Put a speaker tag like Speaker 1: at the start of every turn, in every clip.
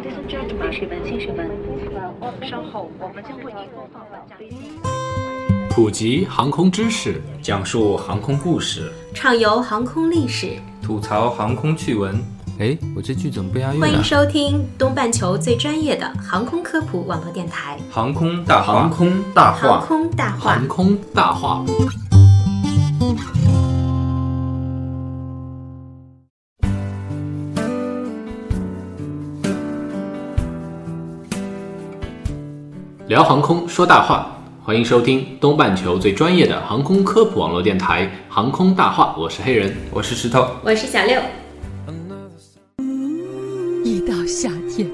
Speaker 1: 女士们、先生们，稍后我们将为您播放本站。
Speaker 2: 普及航空知识，
Speaker 3: 讲述航空故事，
Speaker 4: 畅游航空历史，
Speaker 3: 吐槽航空趣闻。
Speaker 5: 哎，我这句怎么不
Speaker 2: 嗯
Speaker 5: 押韵
Speaker 4: 欢迎
Speaker 5: 啊？
Speaker 4: 收听东半球最专业的航空科普广播电台
Speaker 3: 航空大话，
Speaker 2: 航空
Speaker 4: 《
Speaker 3: 大
Speaker 4: 航，空大话
Speaker 2: 航》。空大话。聊航空说大话，欢迎收听东半球最专业的航空科普网络电台《航空大话》，我是黑人。
Speaker 3: 我是石头。
Speaker 4: 我是小六，
Speaker 6: 一到夏天，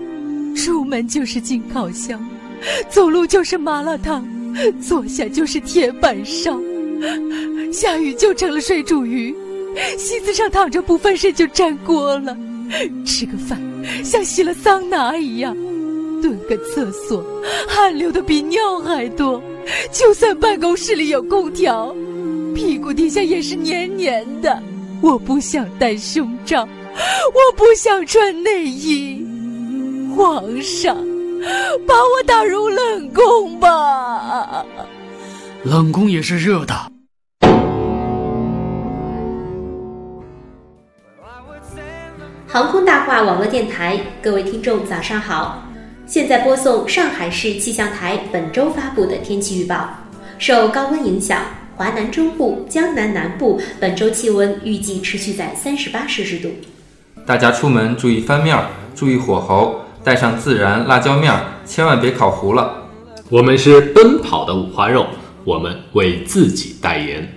Speaker 6: 出门就是进烤箱，走路就是麻辣烫，坐下就是铁板烧，下雨就成了水煮鱼，席子上躺着不翻身就粘锅了，吃个饭像洗了桑拿一样，蹲个厕所汗流的比尿还多，就算办公室里有空调，屁股底下也是黏黏的。我不想戴胸罩。我不想穿内衣。皇上，把我打入冷宫吧！
Speaker 7: 冷宫也是热的。
Speaker 4: 航空大话网络电台，各位听众早上好。现在播送上海市气象台本周发布的天气预报。受高温影响，华南中部、江南南部本周气温预计持续在三十八摄氏度。
Speaker 3: 大家出门注意翻面儿，注意火候，带上孜然、辣椒面儿，千万别烤糊了。
Speaker 2: 我们是奔跑的五花肉，我们为自己代言。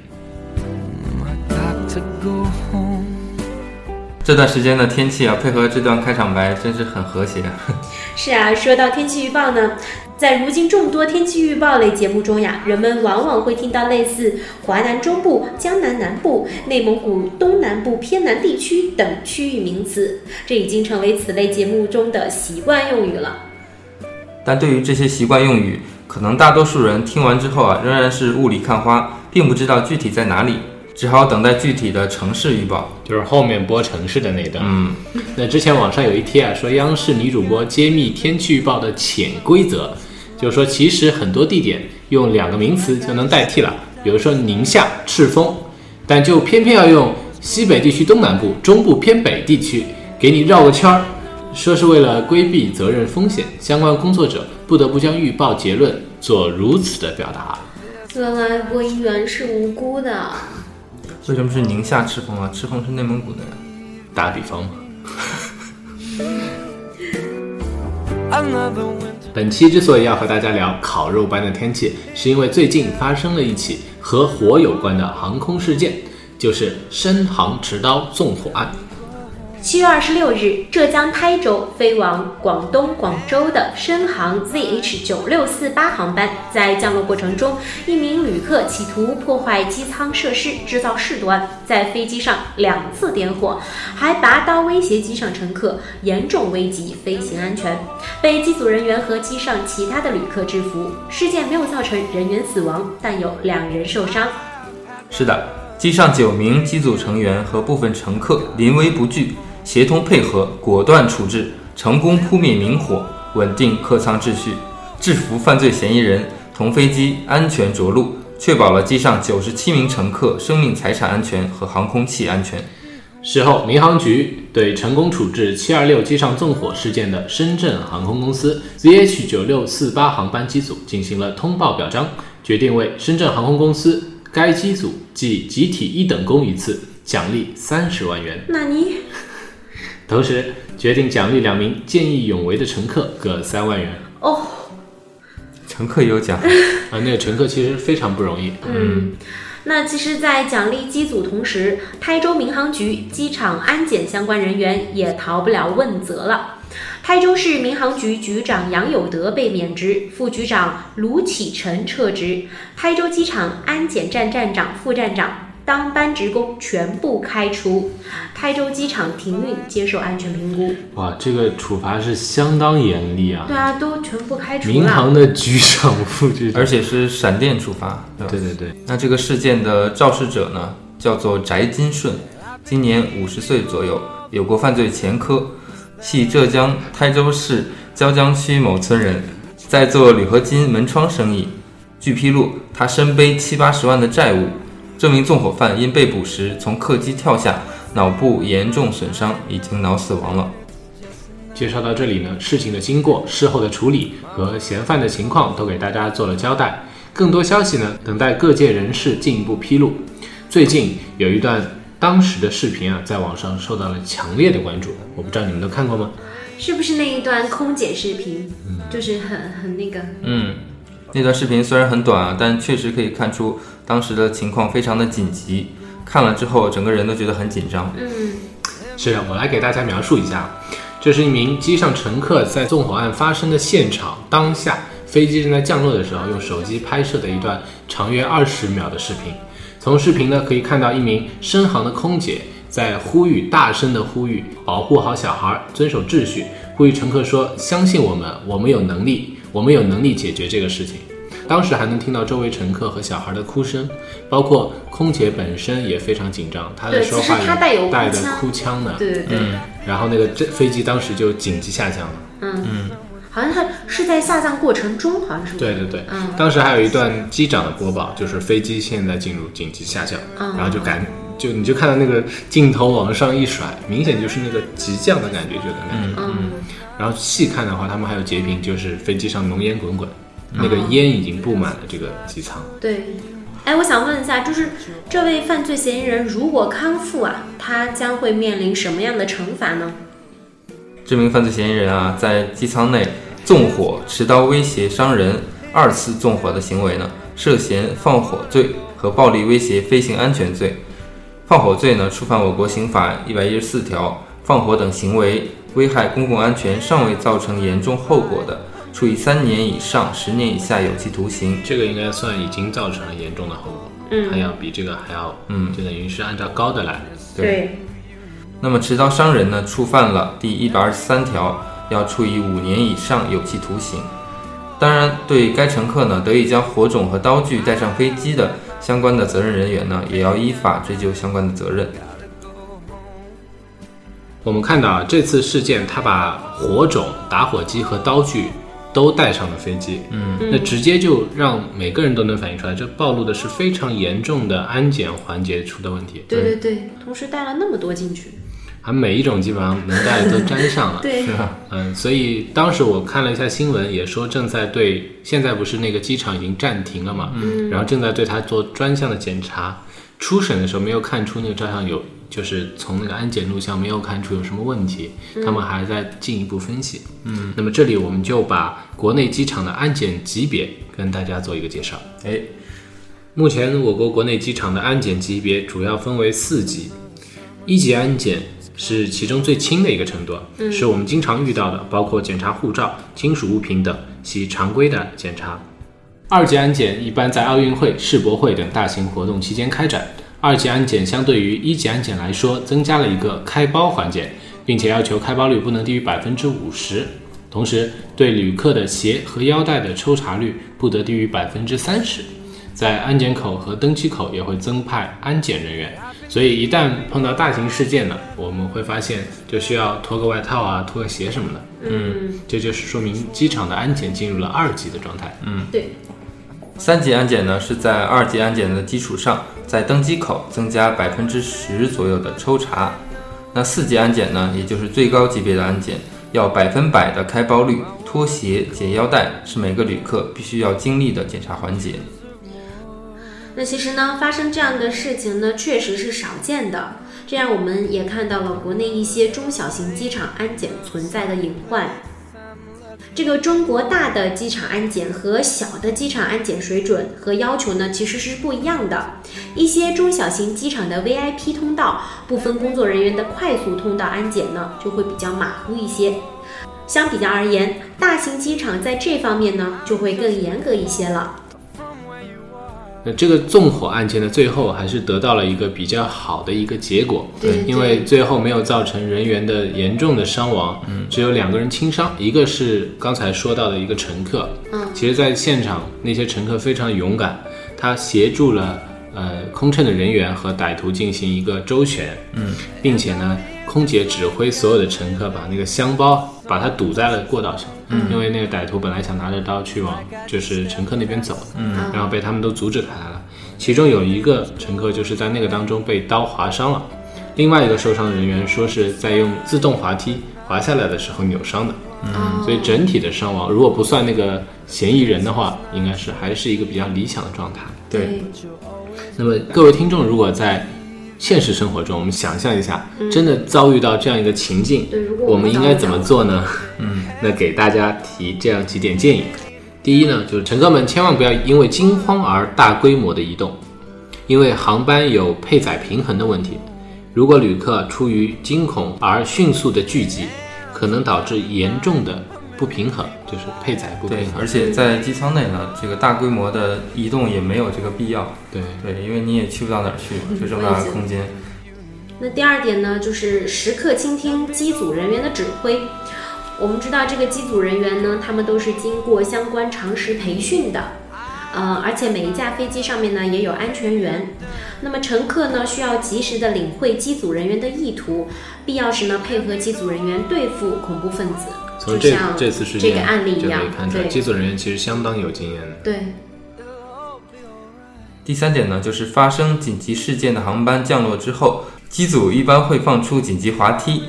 Speaker 3: 这段时间的天气啊，配合这段开场白，真是很和谐。
Speaker 4: 是啊，说到天气预报呢，在如今众多天气预报类节目中呀，人们往往会听到类似华南中部、江南南部、内蒙古东南部偏南地区等区域名词，这已经成为此类节目中的习惯用语了。
Speaker 3: 但对于这些习惯用语，可能大多数人听完之后啊，仍然是雾里看花，并不知道具体在哪里，只好等待具体的城市预报。
Speaker 2: 就是后面播城市的那段。
Speaker 3: 嗯，
Speaker 2: 那之前网上有一贴啊，说央视女主播揭秘天气预报的潜规则，就是说其实很多地点用两个名词就能代替了，比如说宁夏赤峰，但就偏偏要用西北地区东南部、中部偏北地区，给你绕个圈儿，说是为了规避责任风险，相关工作者不得不将预报结论做如此的表达。
Speaker 4: 原来播音员是无辜的，
Speaker 3: 为什么是宁夏赤峰啊？赤峰是内蒙古的呀。
Speaker 2: 打比方嘛。本期之所以要和大家聊烤肉般的天气，是因为最近发生了一起和火有关的航空事件，就是深航持刀纵火案。
Speaker 4: 七月二十六日，浙江台州飞往广东广州的深航 ZH 九六四八航班，在降落过程中，一名旅客企图破坏机舱设施，制造事端，在飞机上两次点火，还拔刀威胁机上乘客，严重危及飞行安全，被机组人员和机上其他的旅客制服。事件没有造成人员死亡，但有两人受伤。
Speaker 3: 是的，机上九名机组成员和部分乘客临危不惧，协同配合，果断处置，成功扑灭明火，稳定客舱秩序，制服犯罪嫌疑人，同飞机安全着陆，确保了机上九十七名乘客生命财产安全和航空器安全。
Speaker 2: 事后，民航局对成功处置726机上纵火事件的深圳航空公司 ZH 九六四八航班机组进行了通报表彰，决定为深圳航空公司该机组记集体一等功一次，奖励三十万元，
Speaker 4: 纳尼？
Speaker 2: 同时决定奖励两名见义勇为的乘客各三万元。
Speaker 4: 哦，
Speaker 3: 乘客有奖，
Speaker 2: 啊，那个乘客其实非常不容易，
Speaker 4: 嗯，那其实，在奖励机组同时，台州民航局机场安检相关人员也逃不了问责了。台州市民航局局长杨有德被免职，副局长卢启辰撤职，台州机场安检站站长、副站长、当班职工全部开除，台州机场停运接受安全评估。
Speaker 2: 哇，这个处罚是相当严厉啊！
Speaker 4: 对啊，都全部开除
Speaker 2: 民
Speaker 4: 了。
Speaker 2: 航的局长、 副局长，
Speaker 3: 而且是闪电处罚，对吧
Speaker 2: 对对对，
Speaker 3: 那这个事件的肇事者呢，叫做翟金顺，今年五十岁左右，有过犯罪前科，系浙江台州市椒江区某村人，在做铝合金门窗生意。据披露，他身背七八十万的债务。这名纵火犯因被捕时从客机跳下，脑部严重损伤，已经脑死亡了。
Speaker 2: 介绍到这里呢，事情的经过、事后的处理和嫌犯的情况都给大家做了交代。更多消息呢，等待各界人士进一步披露。最近有一段当时的视频啊，在网上受到了强烈的关注，我不知道你们都看过吗？
Speaker 4: 是不是那一段空姐视频，就是很很那个？
Speaker 3: 嗯，那段视频虽然很短啊，但确实可以看出当时的情况非常的紧急。看了之后，整个人都觉得很紧张。
Speaker 4: 嗯，
Speaker 2: 是的，我来给大家描述一下，这是一名机上乘客在纵火案发生的现场当下，飞机正在降落的时候，用手机拍摄的一段长约二十秒的视频。从视频呢可以看到，一名深航的空姐在呼吁，大声的呼吁，保护好小孩，遵守秩序，呼吁乘客说：“相信我们，我们有能力，我们有能力解决这个事情。”当时还能听到周围乘客和小孩的哭声，包括空姐本身也非常紧张，她的
Speaker 4: 对
Speaker 2: 说
Speaker 4: 其实
Speaker 2: 话
Speaker 4: 她带有
Speaker 2: 里带
Speaker 4: 哭
Speaker 2: 的
Speaker 4: 腔
Speaker 2: 哭腔呢，
Speaker 4: 对对对，
Speaker 2: 然后那个这飞机当时就紧急下降了。
Speaker 4: 好像是是在下降过程中，好像是
Speaker 2: 对对对，
Speaker 4: 嗯
Speaker 2: 当时还有一段机长的播报，就是飞机现在进入紧急下降，
Speaker 4: 嗯
Speaker 2: 然后就感就你就看到那个镜头往上一甩，明显就是那个急降的感觉，就在那里。
Speaker 4: 嗯，
Speaker 2: 然后细看的话，他们还有截屏，就是飞机上浓烟滚滚，
Speaker 4: 嗯
Speaker 2: 那个烟已经布满了这个机舱。
Speaker 4: 对。哎，我想问一下，就是这位犯罪嫌疑人如果康复啊，他将会面临什么样的惩罚呢？
Speaker 3: 这名犯罪嫌疑人啊，在机舱内纵火、持刀威胁伤人、二次纵火的行为呢，涉嫌放火罪和暴力威胁飞行安全罪。放火罪呢，触犯我国刑法一百一十四条，放火等行为危害公共安全尚未造成严重后果的，处以三年以上十年以下有期徒刑。
Speaker 2: 这个应该算已经造成了严重的后果，
Speaker 4: 嗯
Speaker 2: 还要比这个还要，
Speaker 3: 嗯
Speaker 2: 就等于是按照高的来。
Speaker 4: 对，
Speaker 3: 那么持刀伤人呢，触犯了第一百二十三条，要处以五年以上有期徒刑。当然，对该乘客呢得以将火种和刀具带上飞机的相关的责任人员呢，也要依法追究相关的责任。
Speaker 2: 我们看到啊这次事件，他把火种、打火机和刀具都带上了飞机，嗯，那直接就让每个人都能反映出来，这暴露的是非常严重的安检环节出的问题，
Speaker 4: 对对对，同时带了那么多进去，
Speaker 2: 啊，每一种基本上能带的都沾上了。
Speaker 4: 对，
Speaker 2: 嗯，所以当时我看了一下新闻，也说正在对，现在不是那个机场已经暂停了嘛，嗯，然后正在对它做专项的检查。初审的时候没有看出那个照相有，就是从那个安检录像没有看出有什么问题，他们还在进一步分析。嗯，那么这里我们就把国内机场的安检级别跟大家做一个介绍。
Speaker 3: 哎，
Speaker 2: 目前，我国国内机场的安检级别主要分为四级，一级安检是其中最轻的一个程度，是我们经常遇到的，包括检查护照、金属物品等，系常规的检查。二级安检一般在奥运会、世博会等大型活动期间开展。二级安检相对于一级安检来说，增加了一个开包环节，并且要求开包率不能低于百分之五十，同时对旅客的鞋和腰带的抽查率不得低于百分之三十。在安检口和登机口也会增派安检人员，所以一旦碰到大型事件呢，我们会发现就需要脱个外套啊、脱个鞋什么的。嗯，这就是说明机场的安检进入了二级的状态。
Speaker 4: 对，
Speaker 3: 三级安检呢是在二级安检的基础上，在登机口增加百分之十左右的抽查。那四级安检呢，也就是最高级别的安检，要百分百的开包率，脱鞋、解腰带是每个旅客必须要经历的检查环节。
Speaker 4: 那其实呢，发生这样的事情呢，确实是少见的。这样我们也看到了国内一些中小型机场安检存在的隐患。这个中国大的机场安检和小的机场安检水准和要求呢，其实是不一样的。一些中小型机场的 VIP 通道、部分工作人员的快速通道安检呢，就会比较马虎一些。相比较而言，大型机场在这方面呢，就会更严格一些了。
Speaker 2: 那呃这个纵火案件呢，最后还是得到了一个比较好的一个结果，嗯
Speaker 4: 对对
Speaker 2: 因为最后没有造成人员的严重的伤亡，嗯，只有两个人轻伤，一个是刚才说到的一个乘客，
Speaker 4: 嗯
Speaker 2: 其实在现场那些乘客非常勇敢，他协助了呃空乘的人员和歹徒进行一个周旋，嗯，并且呢空姐指挥所有的乘客把那个箱包把它堵在了过道上，因为那个歹徒本来想拿着刀去往就是乘客那边走，嗯，然后被他们都阻止开来了。其中有一个乘客就是在那个当中被刀划伤了，另外一个受伤的人员说是在用自动滑梯滑下来的时候扭伤的。嗯，所以整体的伤亡，如果不算那个嫌疑人的话，应该是还是一个比较理想的状态。
Speaker 3: 对，
Speaker 2: 那么各位听众，如果在现实生活中，我们想象一下，真的遭遇到这样一个情境，
Speaker 4: 嗯对如果我
Speaker 2: 我
Speaker 4: 们
Speaker 2: 们应该怎么做呢？嗯，那给大家提这样几点建议。第一呢，就是乘客们千万不要因为惊慌而大规模的移动，因为航班有配载平衡的问题。如果旅客出于惊恐而迅速的聚集，可能导致严重的不平衡，就是配载不平
Speaker 3: 对，
Speaker 2: 衡
Speaker 3: 而。且在机舱内呢，这个大规模的移动也没有这个必要。
Speaker 2: 对，
Speaker 3: 对，因为你也去不到哪儿去，就这么
Speaker 4: 嗯
Speaker 3: 大的空间。
Speaker 4: 那第二点呢，就是时刻倾听机组人员的指挥。我们知道这个机组人员呢，他们都是经过相关常识培训的，呃，而且每一架飞机上面呢也有安全员。那么乘客呢，需要及时的领会机组人员的意图，必要时呢配合机组人员对付恐怖分子。
Speaker 2: 从
Speaker 4: 就
Speaker 2: 这
Speaker 4: 像
Speaker 2: 这次事
Speaker 4: 这
Speaker 2: 件
Speaker 4: 个案例一
Speaker 2: 就可
Speaker 4: 样
Speaker 2: 以看出来，
Speaker 4: 对
Speaker 2: 机组人员其实相当有经验的。
Speaker 4: 对，
Speaker 3: 第三点呢，就是发生紧急事件的航班降落之后，机组一般会放出紧急滑梯，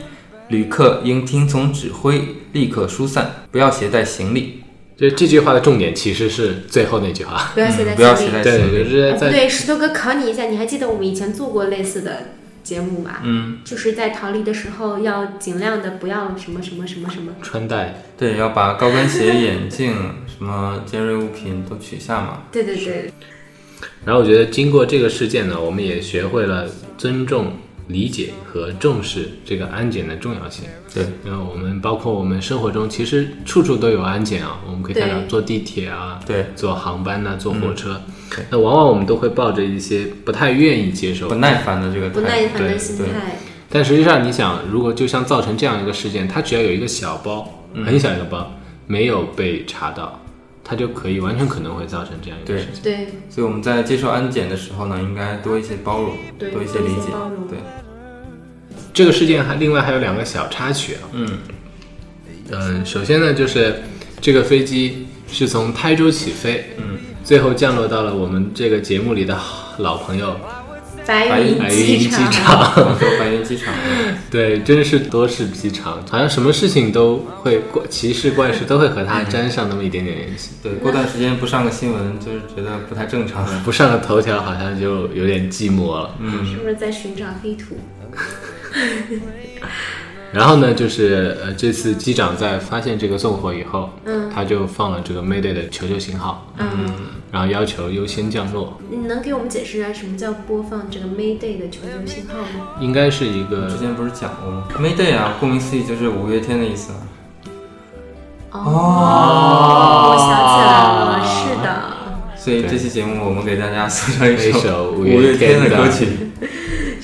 Speaker 3: 旅客应听从指挥，立刻疏散，不要携带行李，
Speaker 2: 这这句话的重点其实是最后那句 话。
Speaker 4: 不要携带
Speaker 3: 不要
Speaker 4: 行
Speaker 3: 携
Speaker 4: 李。
Speaker 3: 带
Speaker 2: 对，
Speaker 3: 行
Speaker 2: 就
Speaker 3: 李。
Speaker 2: 是
Speaker 4: 哎不
Speaker 2: 在
Speaker 4: 对，石头哥考你一下，你还记得我们以前做过类似的节目吧？
Speaker 3: 嗯，
Speaker 4: 就是在逃离的时候要尽量的不要什么什么什么什么。
Speaker 2: 穿戴
Speaker 3: 对，要把高跟鞋、 眼镜、什么尖锐物品都取下嘛。
Speaker 4: 对对对，
Speaker 2: 然后我觉得经过这个事件呢，我们也学会了尊重、理解和重视这个安检的重要性。
Speaker 3: 对，
Speaker 2: 然后我们包括我们生活中其实处处都有安检啊，我们可以看到
Speaker 4: 对
Speaker 2: 坐地铁啊，
Speaker 3: 对
Speaker 2: 坐航班呐、坐火车，那往往我们都会抱着一些不太愿意接受
Speaker 3: 不。耐烦的这个
Speaker 4: 不
Speaker 3: 态
Speaker 4: 耐
Speaker 3: 度
Speaker 4: 烦的
Speaker 3: 对
Speaker 4: 心
Speaker 3: 对
Speaker 4: 态。
Speaker 2: 但实际上，你想，如果就像造成这样一个事件，它只要有一个小包，
Speaker 3: 嗯
Speaker 2: 很小一个包，没有被查到，它就可以完全可能会造成这样一个
Speaker 3: 对
Speaker 2: 事情。
Speaker 4: 对
Speaker 3: 所以我们在接受安检的时候呢，应该多一些包容，
Speaker 4: 对
Speaker 3: 多一些
Speaker 4: 多一
Speaker 3: 理
Speaker 4: 些
Speaker 3: 解
Speaker 4: 包容，
Speaker 3: 对，
Speaker 2: 这个事件还另外还有两个小插曲啊。
Speaker 3: 嗯
Speaker 2: 嗯，首先呢，就是这个飞机是从台州起飞，
Speaker 3: 嗯，
Speaker 2: 最后降落到了我们这个节目里的老朋友
Speaker 4: 白
Speaker 3: 云
Speaker 4: 云
Speaker 2: 白云
Speaker 4: 机
Speaker 2: 机。场。
Speaker 3: 广州白云机场，
Speaker 2: 对，真是多事机场，好像什么事情都会怪奇事怪事都会和
Speaker 3: 嗯
Speaker 2: 它沾上那么一点点联系。
Speaker 3: 对，过段时间不上个新闻，就是觉得不太正常。
Speaker 2: 不上个头条，好像就有点寂寞了。
Speaker 3: 嗯
Speaker 4: 是不是在寻找黑土？
Speaker 2: 然后呢，就是呃，这次机长在发现这个纵火以后，
Speaker 4: 嗯
Speaker 2: 他就放了这个 Mayday 的求救信号，
Speaker 4: 嗯，
Speaker 2: 然后要求优先降落。
Speaker 4: 你能给我们解释一下什么叫播放这个 Mayday 的求救信号吗？
Speaker 2: 应该是一个
Speaker 3: 之前不是讲过吗？Mayday 啊，顾名思义就是五月天的意思啊。
Speaker 4: 我想起来了，是的，
Speaker 3: 所以这期节目我们给大家送上一
Speaker 2: 一首
Speaker 3: 五
Speaker 2: 五月
Speaker 3: 月
Speaker 2: 天的
Speaker 3: 的歌曲。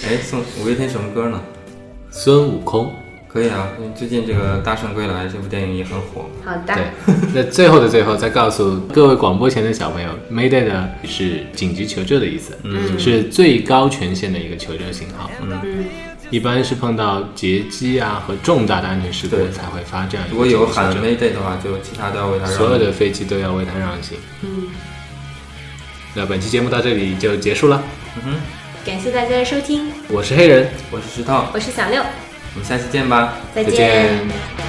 Speaker 3: 哎，送五月天什么歌呢？
Speaker 2: 孙悟空。
Speaker 3: 可以啊，因为最近这个《大圣归来》这部电影也很火。
Speaker 4: 好
Speaker 2: 对
Speaker 4: 的，，
Speaker 2: 那最后的最后，再告诉各位广播前的小朋友，Mayday 呢是紧急求救的意思，嗯，是最高权限的一个求救信号，嗯，一般是碰到劫机啊和重大的安全事故
Speaker 3: 对
Speaker 2: 才会发这样一个
Speaker 3: 如果有喊
Speaker 2: 紧急
Speaker 3: Mayday 的话，就其他都要
Speaker 4: 啊
Speaker 3: 为他
Speaker 2: 求
Speaker 3: 让
Speaker 2: 救
Speaker 3: 路。
Speaker 2: 所有的飞机都要为它让行。
Speaker 4: 嗯，
Speaker 2: 那本期节目到这里就结束了，
Speaker 4: 感谢大家的收听，
Speaker 2: 我是黑人，
Speaker 3: 我是石头，
Speaker 4: 我是小六，
Speaker 3: 我们下期见吧。
Speaker 4: 再
Speaker 2: 再
Speaker 4: 见
Speaker 2: 见。